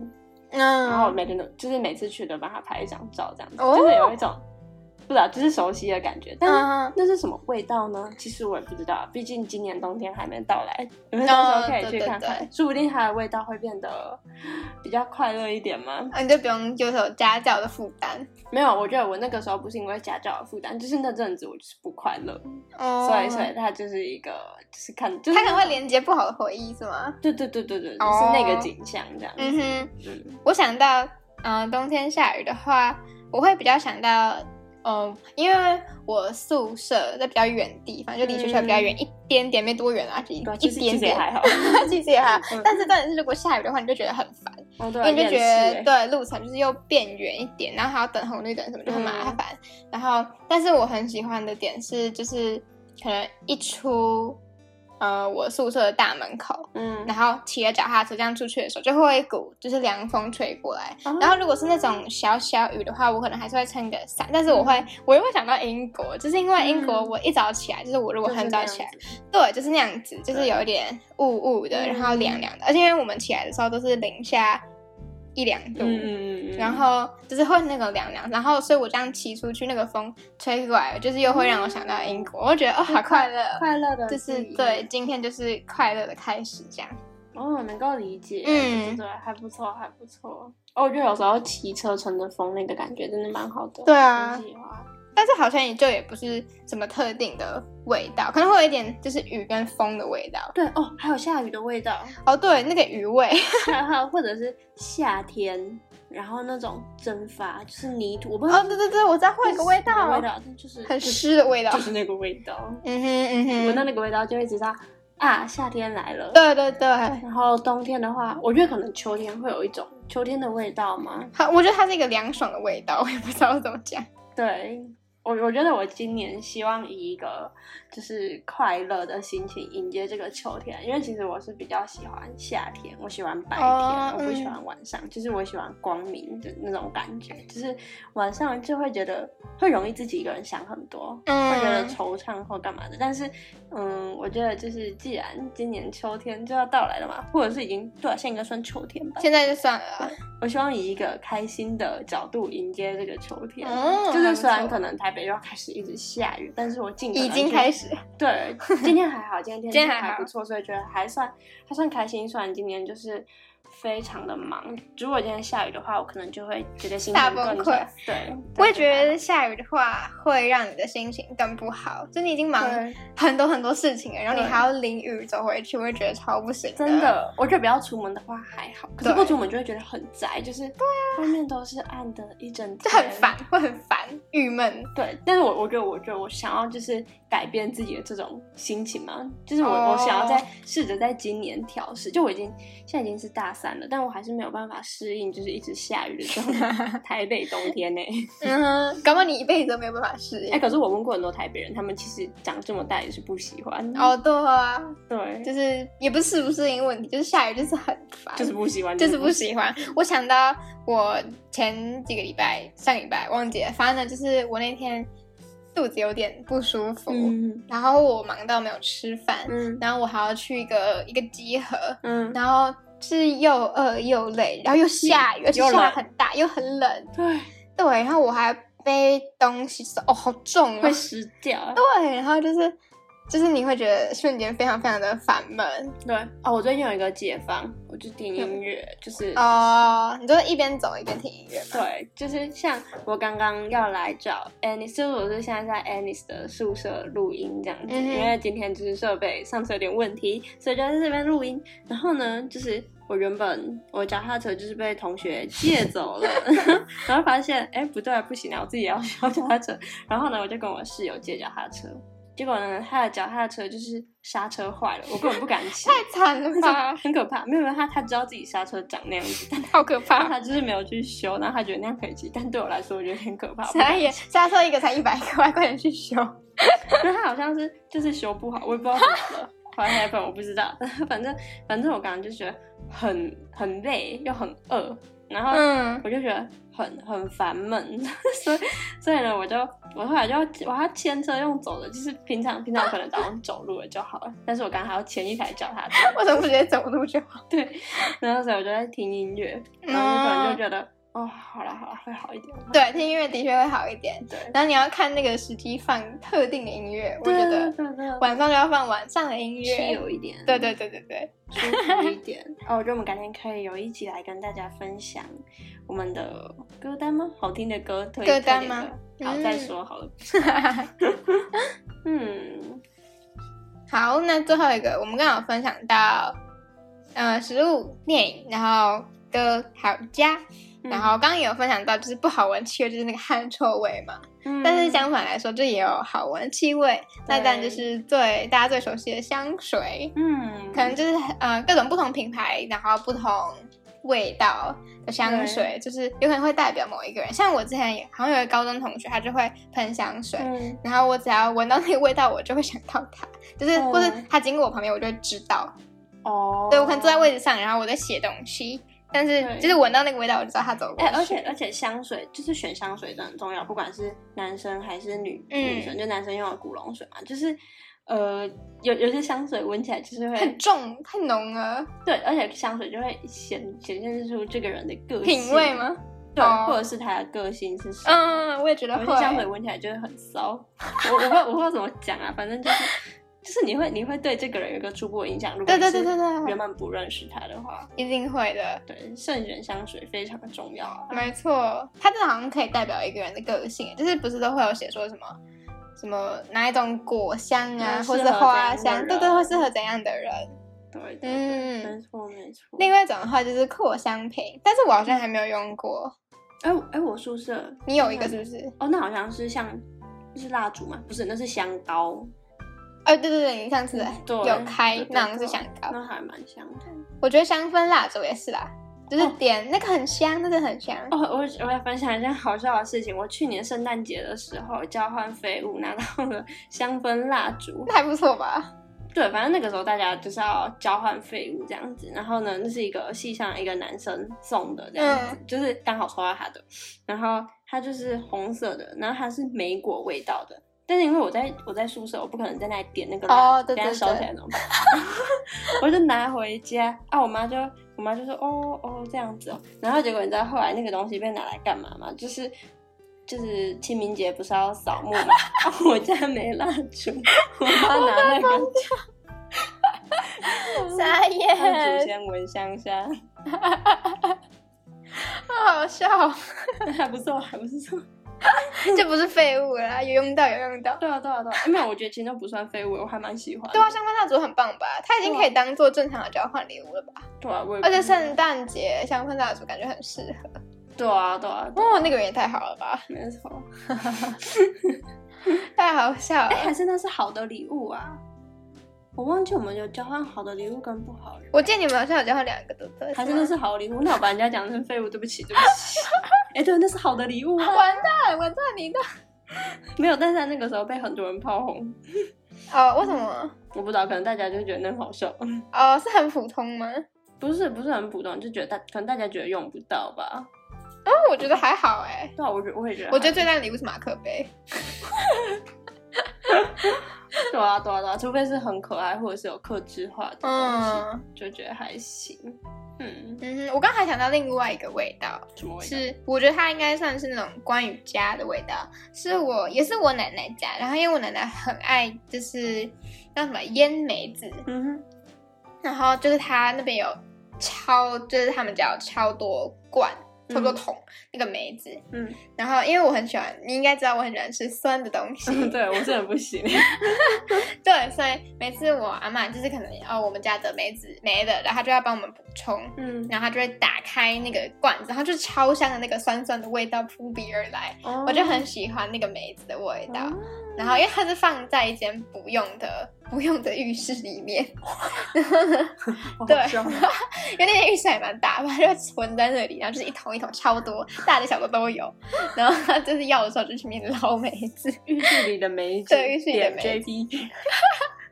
B: 然后我
C: 嗯，
B: 每天都就是每次去都帮他拍一张照，这样子，
C: 哦
B: 就是有一种不知道就是熟悉的感觉，但是。
C: 嗯，
B: 那是什么味道呢？其实我也不知道，毕竟今年冬天还没到来，你们到时候可以去看看，
C: 哦对对
B: 说不定它的味道会变得比较快乐一点嘛。
C: 啊，你就不用有有家教的负担。
B: 没有，我觉得我那个时候不是因为家教的负担，就是那阵子我就是不快乐，
C: 哦，
B: 所以所以它就是一个就是看，就是
C: 他可能会连接不好的回忆，是吗？
B: 对对对对对，就
C: 哦
B: 是那个景象这样子。
C: 嗯哼。
B: 嗯
C: 我想到，嗯、冬天下雨的话，我会比较想到，嗯，因为我宿舍在比较远的地方，就离学校比较远、一点嗯点，没多远啊，就一
B: 对啊，
C: 一
B: 其实其
C: 点
B: 实也
C: 点，
B: 还好。
C: 其实也还好。
B: 嗯
C: 但是，但是如果下雨的话，你就觉得很烦，
B: 哦
C: 因
B: 对，
C: 为你就觉
B: 厌世
C: 得
B: 欸
C: 对路程就是又变远一点，然后还要等红绿灯什么就很
B: 嗯
C: 麻烦。然后，但是我很喜欢的点是，就是可能一出呃我宿舍的大门口，
B: 嗯，
C: 然后骑着脚踏车这样出去的时候，就会有一股就是凉风吹过来。
B: 哦
C: 然后如果是那种小小雨的话，我可能还是会撑个伞，但是我会我又会想到英国，就是因为英国
B: 嗯
C: 我一早起来，就是我如果
B: 就是
C: 很
B: 那
C: 早
B: 样
C: 起来，
B: 子
C: 对，就是那样子，就是
B: 对
C: 有一点雾雾的，
B: 嗯
C: 然后凉凉的，而且因为我们起来的时候都是零下一两度，
B: 嗯嗯嗯，
C: 然后就是会那个凉凉，然后所以我这样骑出去，那个风吹过来，就是又会让我想到英国，我就觉得哦，好快乐，
B: 嗯快乐的
C: 就是
B: 记忆
C: 对，今天就是快乐的开始这样。
B: 哦，能够理解，
C: 嗯
B: 对，还不错，还不错。哦，我觉得有时候骑车乘着风那个感觉真的蛮好的，
C: 对啊
B: 很喜欢。
C: 但是好像也就也不是什么特定的味道，可能会有一点就是雨跟风的味道。
B: 对哦，还有下雨的味 道，
C: 哦，对，那个鱼味，
B: 还有或者是夏天，然后那种蒸发就是泥土，我不知道
C: 哦，对对对，我知道会有一个味
B: 什么
C: 道
B: 味，道，但嗯就是
C: 很，湿的味道
B: 就。是那个味道，
C: 嗯哼嗯
B: 闻到
C: 哼，
B: 那个味道就会知道啊，夏天来了。
C: 对对对，
B: 然后冬天的话，我觉得可能秋天会有一种秋天的味道嘛，
C: 它我觉得它是一个凉爽的味道，我也不知道怎么讲。
B: 对我，我觉得我今年希望以一个就是快乐的心情迎接这个秋天，因为其实我是比较喜欢夏天，我喜欢白天，
C: 哦
B: 我不喜
C: 嗯
B: 欢晚上，就是我喜欢光明的那种感觉，就是晚上就会觉得会容易自己一个人想很多。会觉得
C: 嗯，
B: 惆怅或干嘛的，但是，嗯，我觉得就是既然今年秋天就要到来了嘛，或者是已经对啊，现在应该算秋天吧，
C: 现在就算了。
B: 我希望以一个开心的角度迎接这个秋天，
C: 嗯
B: 就是
C: 还不
B: 虽然
C: 错
B: 可能台北又要开始一直下雨，但是我尽可能
C: 已经
B: 去
C: 开始，
B: 对，今天还好，今天天气
C: 今天还好
B: 还不错，所以觉得还算还算开心。虽然今年就是非常的忙，如果今天下雨的话，我可能就会觉得心
C: 大
B: 情
C: 崩
B: 更
C: 溃
B: 差。对，
C: 我也觉得下雨的话会让你的心情更不好，就你已经忙
B: 对
C: 很多很多事情了，然后你
B: 对
C: 还要淋雨走回去，我会觉得超不行
B: 真的，我觉得不要出门的话还好，可是
C: 对
B: 不出门就会觉得很宅，就是对啊，外面都是暗的，一整
C: 就
B: 天
C: 很烦，会很烦，郁闷。
B: 对，但是我我觉得，我觉得我想要就是改变自己的这种心情嘛，就是我、
C: 哦
B: 我想要在试着在今年调试，就我已经现在已经是大三了，但我还是没有办法适应，就是一直下雨的这种 台北冬天呢、
C: 嗯哼，搞不好你一辈子都没有办法适应
B: 哎、。可是我问过很多台北人，他们其实长这么大也是不喜欢，
C: 哦，对啊，
B: 对，
C: 就是也不是适不适应问题，就是下雨就是很烦，
B: 就是不喜欢，
C: 啊就是不喜欢。我想到我前几个礼拜，上个礼拜忘记了，反正呢就是我那天肚子有点不舒服，
B: 嗯
C: 然后我忙到没有吃饭，
B: 嗯
C: 然后我还要去一个一个集合，
B: 嗯，
C: 然后是又饿又累，然后又下雨，而且
B: 又冷
C: 下很大，又很冷，
B: 对，
C: 对，然后我还背东西，就是哦，好重啊
B: 会，湿掉。
C: 对，然后就是就是你会觉得瞬间非常非常的烦闷
B: 对，哦，我最近有一个解放，我就听音乐，就是
C: 嗯哦，你就一边走一边听音乐嘛，
B: 对，就是像我刚刚要来找 Anis，就是我是现在在 Anis 的宿舍录音这样子，
C: 嗯哼
B: 因为今天就是设备上次有点问题，所以就在这边录音。然后呢，就是我原本我脚踏车就是被同学借走 了，然后发现哎不对，不行啊，我自己也要修脚踏车。然后呢，我就跟我室友借脚踏车，结果呢，他的脚踏车就是刹车坏了，我根本不敢骑。
C: 太惨了 吧，
B: 很可怕，没有没有，他他知道自己刹车长那样子，但
C: 好可
B: 然后
C: 怕。
B: 他就是没有去修，然后他觉得那样可以骑，但对我来说，我觉得很可怕。我不
C: 傻
B: 敢
C: 眼，下车一个 才一百块，快点去修。
B: 因为他好像是就是修不好，我也不知道怎么了。怀奶粉我不知道， 反正反正我刚刚就觉得很很累又很饿，然后
C: 嗯，
B: 我就觉得很很烦闷，所以所以呢，我就我后来就要我还要牵车用走的，就是平常平常可能早上走路了就好了，但是我刚刚还要牵一台脚踏车，
C: 为什么不直接走路就好？
B: 然后所以我就在听音乐，然后就可能就觉得、哦，好了好了，会好一点。
C: 对，听音乐的确会好一点。
B: 对
C: 然后你要看那个时机放特定的音乐，我觉得
B: 对对对
C: 晚上就要放晚上的音
B: 是
C: 乐。
B: 有一点，
C: 对对对对对，
B: 舒服一点。 哦，我觉得我们改天可以有一起来跟大家分享我们的歌单吗？好听的歌，推
C: 歌单吗？
B: 推荐歌好，
C: 嗯
B: 再说好 了。嗯，
C: 好，那最后一个，我们刚好分享到，呃，食物、电影，然后歌，还有家。
B: 嗯
C: 然后刚刚也有分享到，就是不好闻气味，就是那个汗臭味嘛。
B: 嗯
C: 但是相反来说，这也有好闻气味，那当然就是最大家最熟悉的香水，
B: 嗯，
C: 可能就是呃各种不同品牌，然后不同味道的香水，就是有可能会代表某一个人。像我之前也好像有一个高中同学，他就会喷香水，
B: 嗯，
C: 然后我只要闻到那个味道，我就会想到他，就是、
B: 嗯
C: 或是他经过我旁边，我就会知道。
B: 哦，
C: 对我可能坐在位置上，然后我在写东西，但是
B: 对
C: 就是闻到那个味道，我就知道他走过
B: 哎、
C: 去。
B: 而且而且香水就是选香水真的很重要，不管是男生还是女、
C: 嗯
B: 女生，就男生用的古龙水嘛，就是呃有有些香水闻起来就是
C: 很
B: 会
C: 重，太浓了，
B: 对，而且香水就会显显现出这个人的个性
C: 品味？吗？
B: 对，
C: 哦
B: 或者是他的个性是什么？
C: 嗯，我也觉得
B: 有
C: 会。
B: 些香水闻起来就是很骚，我我不知道我不知道怎么讲啊，反正就是就是你会你会对这个人有一个初步的印象，如果
C: 对
B: 你
C: 对
B: 是
C: 对对对
B: 原本不认识他的话，
C: 一定会的，
B: 对，慎选香水非常的重要啊。
C: 没错，它这好像可以代表一个人的个性，就是不是都会有写说什么什么哪一种果香啊，
B: 嗯
C: 或
B: 适合
C: 是花
B: 怎样
C: 香，
B: 的
C: 对对，会适合怎样的人？
B: 对对对，
C: 嗯
B: 没错没错。
C: 另外一种的话就是扩香瓶，但是我好像还没有用过，
B: 哎我哎，我宿舍
C: 你有一个是不是？
B: 哦，那好像是像是蜡烛嘛，不是，那是香膏，
C: 哦，对对对，你上次
B: 嗯对，
C: 有开
B: 对对
C: 那种是
B: 对
C: 香膏，
B: 那还蛮香的。
C: 我觉得香氛蜡烛也是啦，就是
B: 哦
C: 点、那个很香，那个很香。
B: 哦，我我也分享一件好笑的事情。我去年圣诞节的时候交换废物，拿到了香氛蜡烛。
C: 那还不错吧？
B: 对，反正那个时候大家就是要交换废物这样子。然后呢，那是一个系上一个男生送的这
C: 嗯
B: 样子，就是刚好抽到他的。然后它就是红色的，然后它是莓果味道的。但是因为我在我在宿舍，我不可能在那里点那个蜡
C: 哦
B: 烛，
C: 对
B: 等下
C: 对
B: 烧
C: 对
B: 起来怎么办？ 我就拿回家啊，我妈就我妈就说哦哦这样子哦，然后结果你知道后来那个东西被拿来干嘛吗？就是就是清明节不是要扫墓嘛，啊 我家没蜡烛，我妈拿那 个
C: 傻
B: 让祖
C: 眼，
B: 先闻香香，
C: 好好笑哦，
B: 还不错还不错，
C: 这不是废物啦，有用到有用到。
B: 对啊对啊对啊，没有我觉得其实都不算废物，我还蛮喜欢的。
C: 对啊，香氛蜡烛很棒吧？它已经可以当做正常的交换礼物了吧？
B: 对啊，我也
C: 而且
B: 不
C: 圣诞节香氛蜡烛感觉很适合。
B: 对啊对啊，对啊
C: 哦，那个人也太好了吧，
B: 没错，
C: 太好笑了
B: 哎、。还是那是好的礼物啊。我忘记我们有交换好的礼物跟不好的礼物
C: 我记得你们好像有交换两个，对不对？
B: 还
C: 是
B: 是
C: 吗
B: 那是好礼物？那我把人家讲成废物，对不起，对不起。 哎、对，那是好的礼物啊，
C: 完蛋，完蛋，你的
B: 没有，但是他那个时候被很多人炮轰，
C: 哦？为什么？
B: 我不知道，可能大家就觉得那很好笑，
C: 哦，是很普通吗？哦
B: 不是不是很普通，就觉得大可能大家觉得用不到吧。
C: 哦，我觉得还好哎。
B: 对啊，我觉我也觉得还，
C: 我觉得最大的礼物是马克杯，
B: 对啊对啊对啊，除非是很可爱或者是有克制化的东西，
C: 嗯
B: 就觉得还行。嗯，
C: 嗯哼，我刚才想到另外一个味道，
B: 什么味道？
C: 是，我觉得它应该算是那种关于家的味道，是我也是我奶奶家，然后因为我奶奶很爱就是那什么腌梅子，
B: 嗯哼，
C: 然后就是她那边有超，就是他们家有超多罐，超多
B: 嗯
C: 桶、那个梅子，
B: 嗯，
C: 然后因为我很喜欢，你应该知道我很喜欢吃酸的东西，
B: 对我真的不行。
C: 对，所以每次我阿妈就是可能哦我们家的梅子没了，然后她就要帮我们补充。
B: 嗯，
C: 然后她就会打开那个罐子，然后就是超香的那个酸酸的味道扑鼻而来，我就很喜欢那个梅子的味道。
B: 哦
C: 然后因为它是放在一间不用的不用的浴室里面，然后呢，
B: 好
C: 对，
B: 笑
C: 因为那间浴室还蛮大嘛，它就存在那里，然后就是一桶一桶超多，大的小的都有。然后他就是要的时候就去里面捞梅子，
B: 浴室里的梅子，
C: 对浴室里的梅子
B: JP。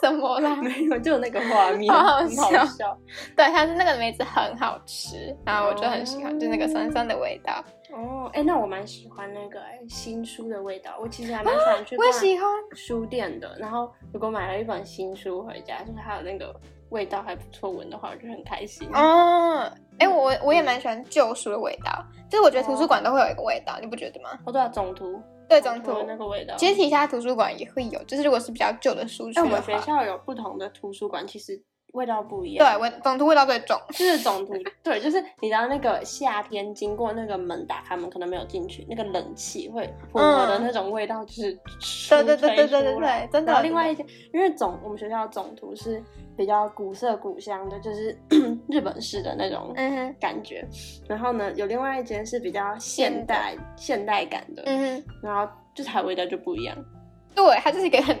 C: 什么啦？
B: 没有，就有那个画面，
C: 好好
B: 很
C: 笑
B: 好笑。
C: 对，它是那个梅子很好吃，然后我就很喜欢，就那个酸酸的味道，
B: 哦，哎、那我蛮喜欢那个、哎新书的味啊道，我其实还蛮喜欢去
C: 我也喜
B: 逛
C: 欢。
B: 书店的。然后如果买了一本新书回家，就是它有那个味道还不错闻的话，我就很开心。
C: 哦，哎，我我我也蛮喜欢旧书的味道，就是我觉得图书馆
B: 哦
C: 都会有一个味道，你不觉得吗？
B: 哦，对啊，总图，
C: 对，总图
B: 哦那个味道。
C: 其实其他图书馆也会有，就是如果是比较旧的书区
B: 哎、
C: 的
B: 我
C: 话，
B: 们学校有不同的图书馆，其实味道不一样。
C: 对，我总图味道最重。
B: 就是总图，对，就是你知道那个夏天经过那个门打开，门可能没有进去，那个冷气会混合的那种味道，就是
C: 嗯对
B: 对
C: 对对对对对对，真
B: 然后
C: 的。
B: 另外一
C: 真
B: 间，因为总我们学校的总图是比较古色古香的，就是 日本式的那种
C: 的，嗯哼，
B: 感觉。然后呢，有另外一间是比较现代现代感的，
C: 嗯哼，
B: 然后就是它的味道就不一样。
C: 对，它就是一个很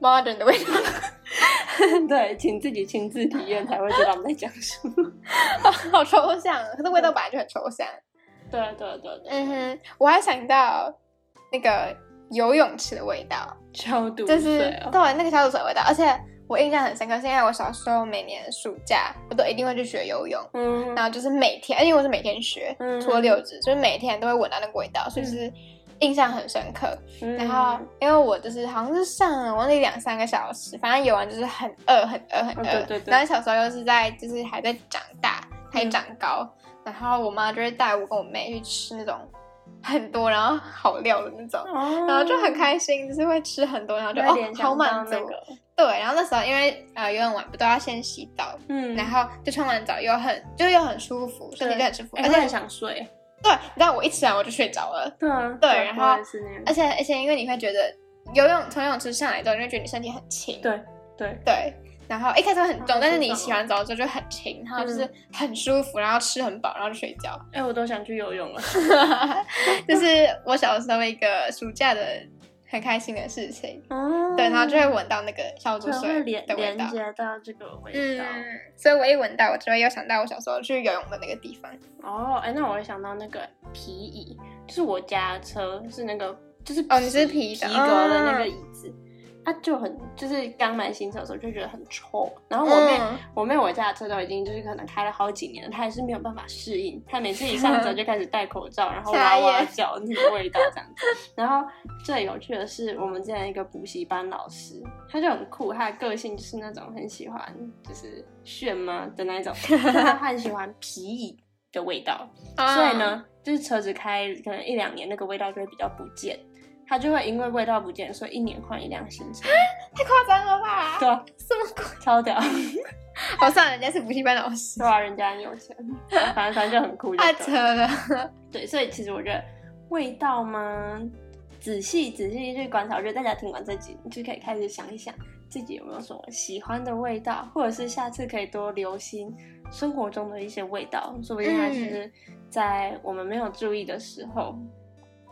C: modern 的味道，
B: 对，请自己亲自体验才会知道我们在讲什么。
C: 好抽象，啊可是味道本来就很抽象。
B: 对对对对，
C: 嗯哼，我还想到那个游泳池的味道，
B: 消毒
C: 就是
B: 水哦，
C: 对那个消毒水的味道，而且我印象很深刻，是因为我小时候每年暑假我都一定会去学游泳，
B: 嗯
C: 然后就是每天，因为我是每天学
B: 嗯，
C: 除了六日，就是每天都会闻到那个味道，所以就是印象很深刻。
B: 嗯
C: 然后因为我就是好像是上了忘记两三个小时，反正游完就是很饿很饿很
B: 哦
C: 饿。
B: 对对对嗯
C: 然后小时候又是在就是还在长大，还长高，然后我妈就会带我跟我妹去吃那种很多然后好料的那种。然后就很开心，就是会吃很多，然后就
B: 哦有点
C: 哦好满足、
B: 那个，
C: 对，然后那时候因为呃游泳完不都要先洗澡，
B: 嗯，
C: 然后就冲完澡又很就又很舒服，身体
B: 对
C: 就很舒服，
B: 哎
C: 而
B: 会
C: 且
B: 很想睡，
C: 对，你知道我一吃完我就睡着了，
B: 对啊，
C: 对然后
B: 我也是那样
C: 而且而且因为你会觉得游泳从游泳池上来之后，你会觉得你身体很轻，
B: 对对，
C: 对然后一开始会很重
B: 啊，
C: 但是
B: 我
C: 你
B: 知道
C: 洗完澡之后就很轻，然后
B: 嗯
C: 就是很舒服，然后吃很饱，然后就睡觉，
B: 哎，我都想去游泳了，
C: 这是我小时候一个暑假的很开心的事情。
B: 哦
C: 对，然后就会闻到那个消毒
B: 对会
C: 水
B: 连
C: 的味道
B: 连。接到这个味道。
C: 嗯，所以我一闻到，我就会又想到我小时候去游泳的那个地方。
B: 哦，哎，那我会想到那个皮椅，就是我家的车是那个，就是
C: 哦你是
B: 皮
C: 皮
B: 皮
C: 的
B: 革的那
C: 哦
B: 个椅子，它就很就是刚买新车的时候就觉得很臭，然后哦我妹、
C: 嗯
B: 我妹我家的车都已经就是可能开了好几年了，她还是没有办法适应，她每次一上车就开始戴口罩，然后
C: 傻
B: 哇哇
C: 眼
B: 叫那个味道这样子。然后最有趣的是，我们之前一个补习班老师，他就很酷，他的个性就是那种很喜欢就是炫嘛的那一 种，所以他他很喜欢皮椅的味道，
C: 嗯
B: 所以
C: 啊
B: 呢，就是车子开可能一两年，那个味道就会比较不见。他就会因为味道不见，所以一年换一辆新车，
C: 啊，太夸张了吧？
B: 对啊，
C: 什么鬼？
B: 超屌，
C: 好哦算了，人家是补习班老师
B: 对，啊，人家很有钱，反正反正就很酷就
C: 太
B: 对了，
C: 扯了。
B: 对，所以其实我觉得味道嘛，仔细仔细去观察，我觉得大家听完这集，你就可以开始想一想自己有没有什么喜欢的味道，或者是下次可以多留心生活中的一些味道，说不定它其实在我们没有注意的时候，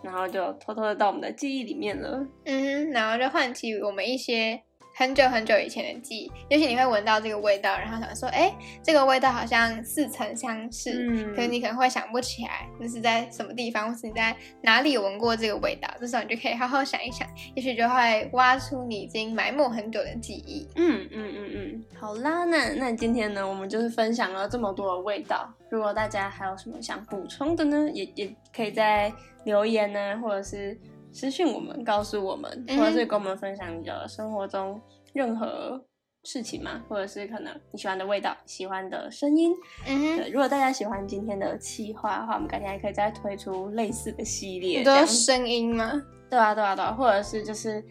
B: 然后就偷偷的到我们的记忆里面了。
C: 嗯，然后就唤起我们一些很久很久以前的记忆。也许你会闻到这个味道，然后想说，哎，这个味道好像似曾相识，
B: 嗯
C: 可是你可能会想不起来那是在什么地方，或是你在哪里闻过这个味道。这时候你就可以好好想一想，也许就会挖出你已经埋没很久的记忆。
B: 嗯嗯嗯嗯，好啦，那那今天呢，我们就是分享了这么多的味道。如果大家还有什么想补充的呢，也也可以在留言呢，或者是私信我们，告诉我们，
C: 嗯
B: 或者是跟我们分享你的生活中任何事情嘛，或者是可能你喜欢的味道、喜欢的声音。
C: 嗯哼，
B: 对，如果大家喜欢今天的企划的话，我们改天还可以再推出类似的系列。
C: 你
B: 这样
C: 说
B: 子
C: 声音吗？
B: 对啊，对啊，对啊，或者是就是，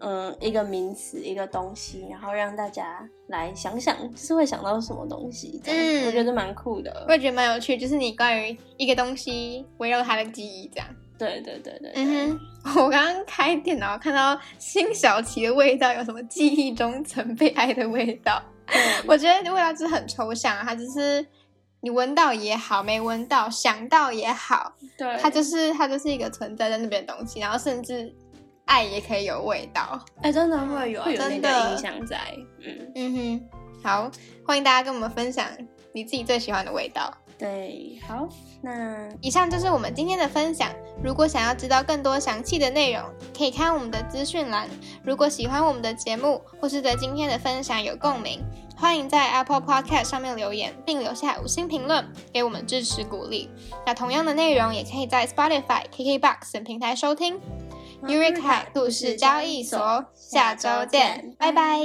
B: 嗯，一个名词，一个东西，然后让大家来想想，就是会想到什么东西，这样、
C: 嗯
B: 我觉得蛮酷的
C: 我。也觉得蛮有趣，就是你关于一个东西围绕它的记忆这样。
B: 对对对对对，
C: 嗯哼，我刚刚开电脑看到辛晓琪的味道有什么记忆中曾被爱的味道？
B: 对
C: 我觉得味道就是很抽象啊，它只是你闻到也好，没闻到想到也好，
B: 对，
C: 它就是它就是一个存在在那边的东西，然后甚至爱也可以有味道。
B: 哎、真的会有会有那
C: 真
B: 个
C: 的
B: 印象在，嗯，
C: 嗯哼，好，欢迎大家跟我们分享你自己最喜欢的味道。
B: 对，好，那
C: 以上就是我们今天的分享。如果想要知道更多详细的内容，可以看我们的资讯栏。如果喜欢我们的节目，或是对今天的分享有共鸣，欢迎在 Apple Podcast 上面留言，并留下五星评论，给我们支持鼓励。那同样的内容也可以在 Spotify、KKBox 等平台收听。Eureka 故事交易所，下周见，拜拜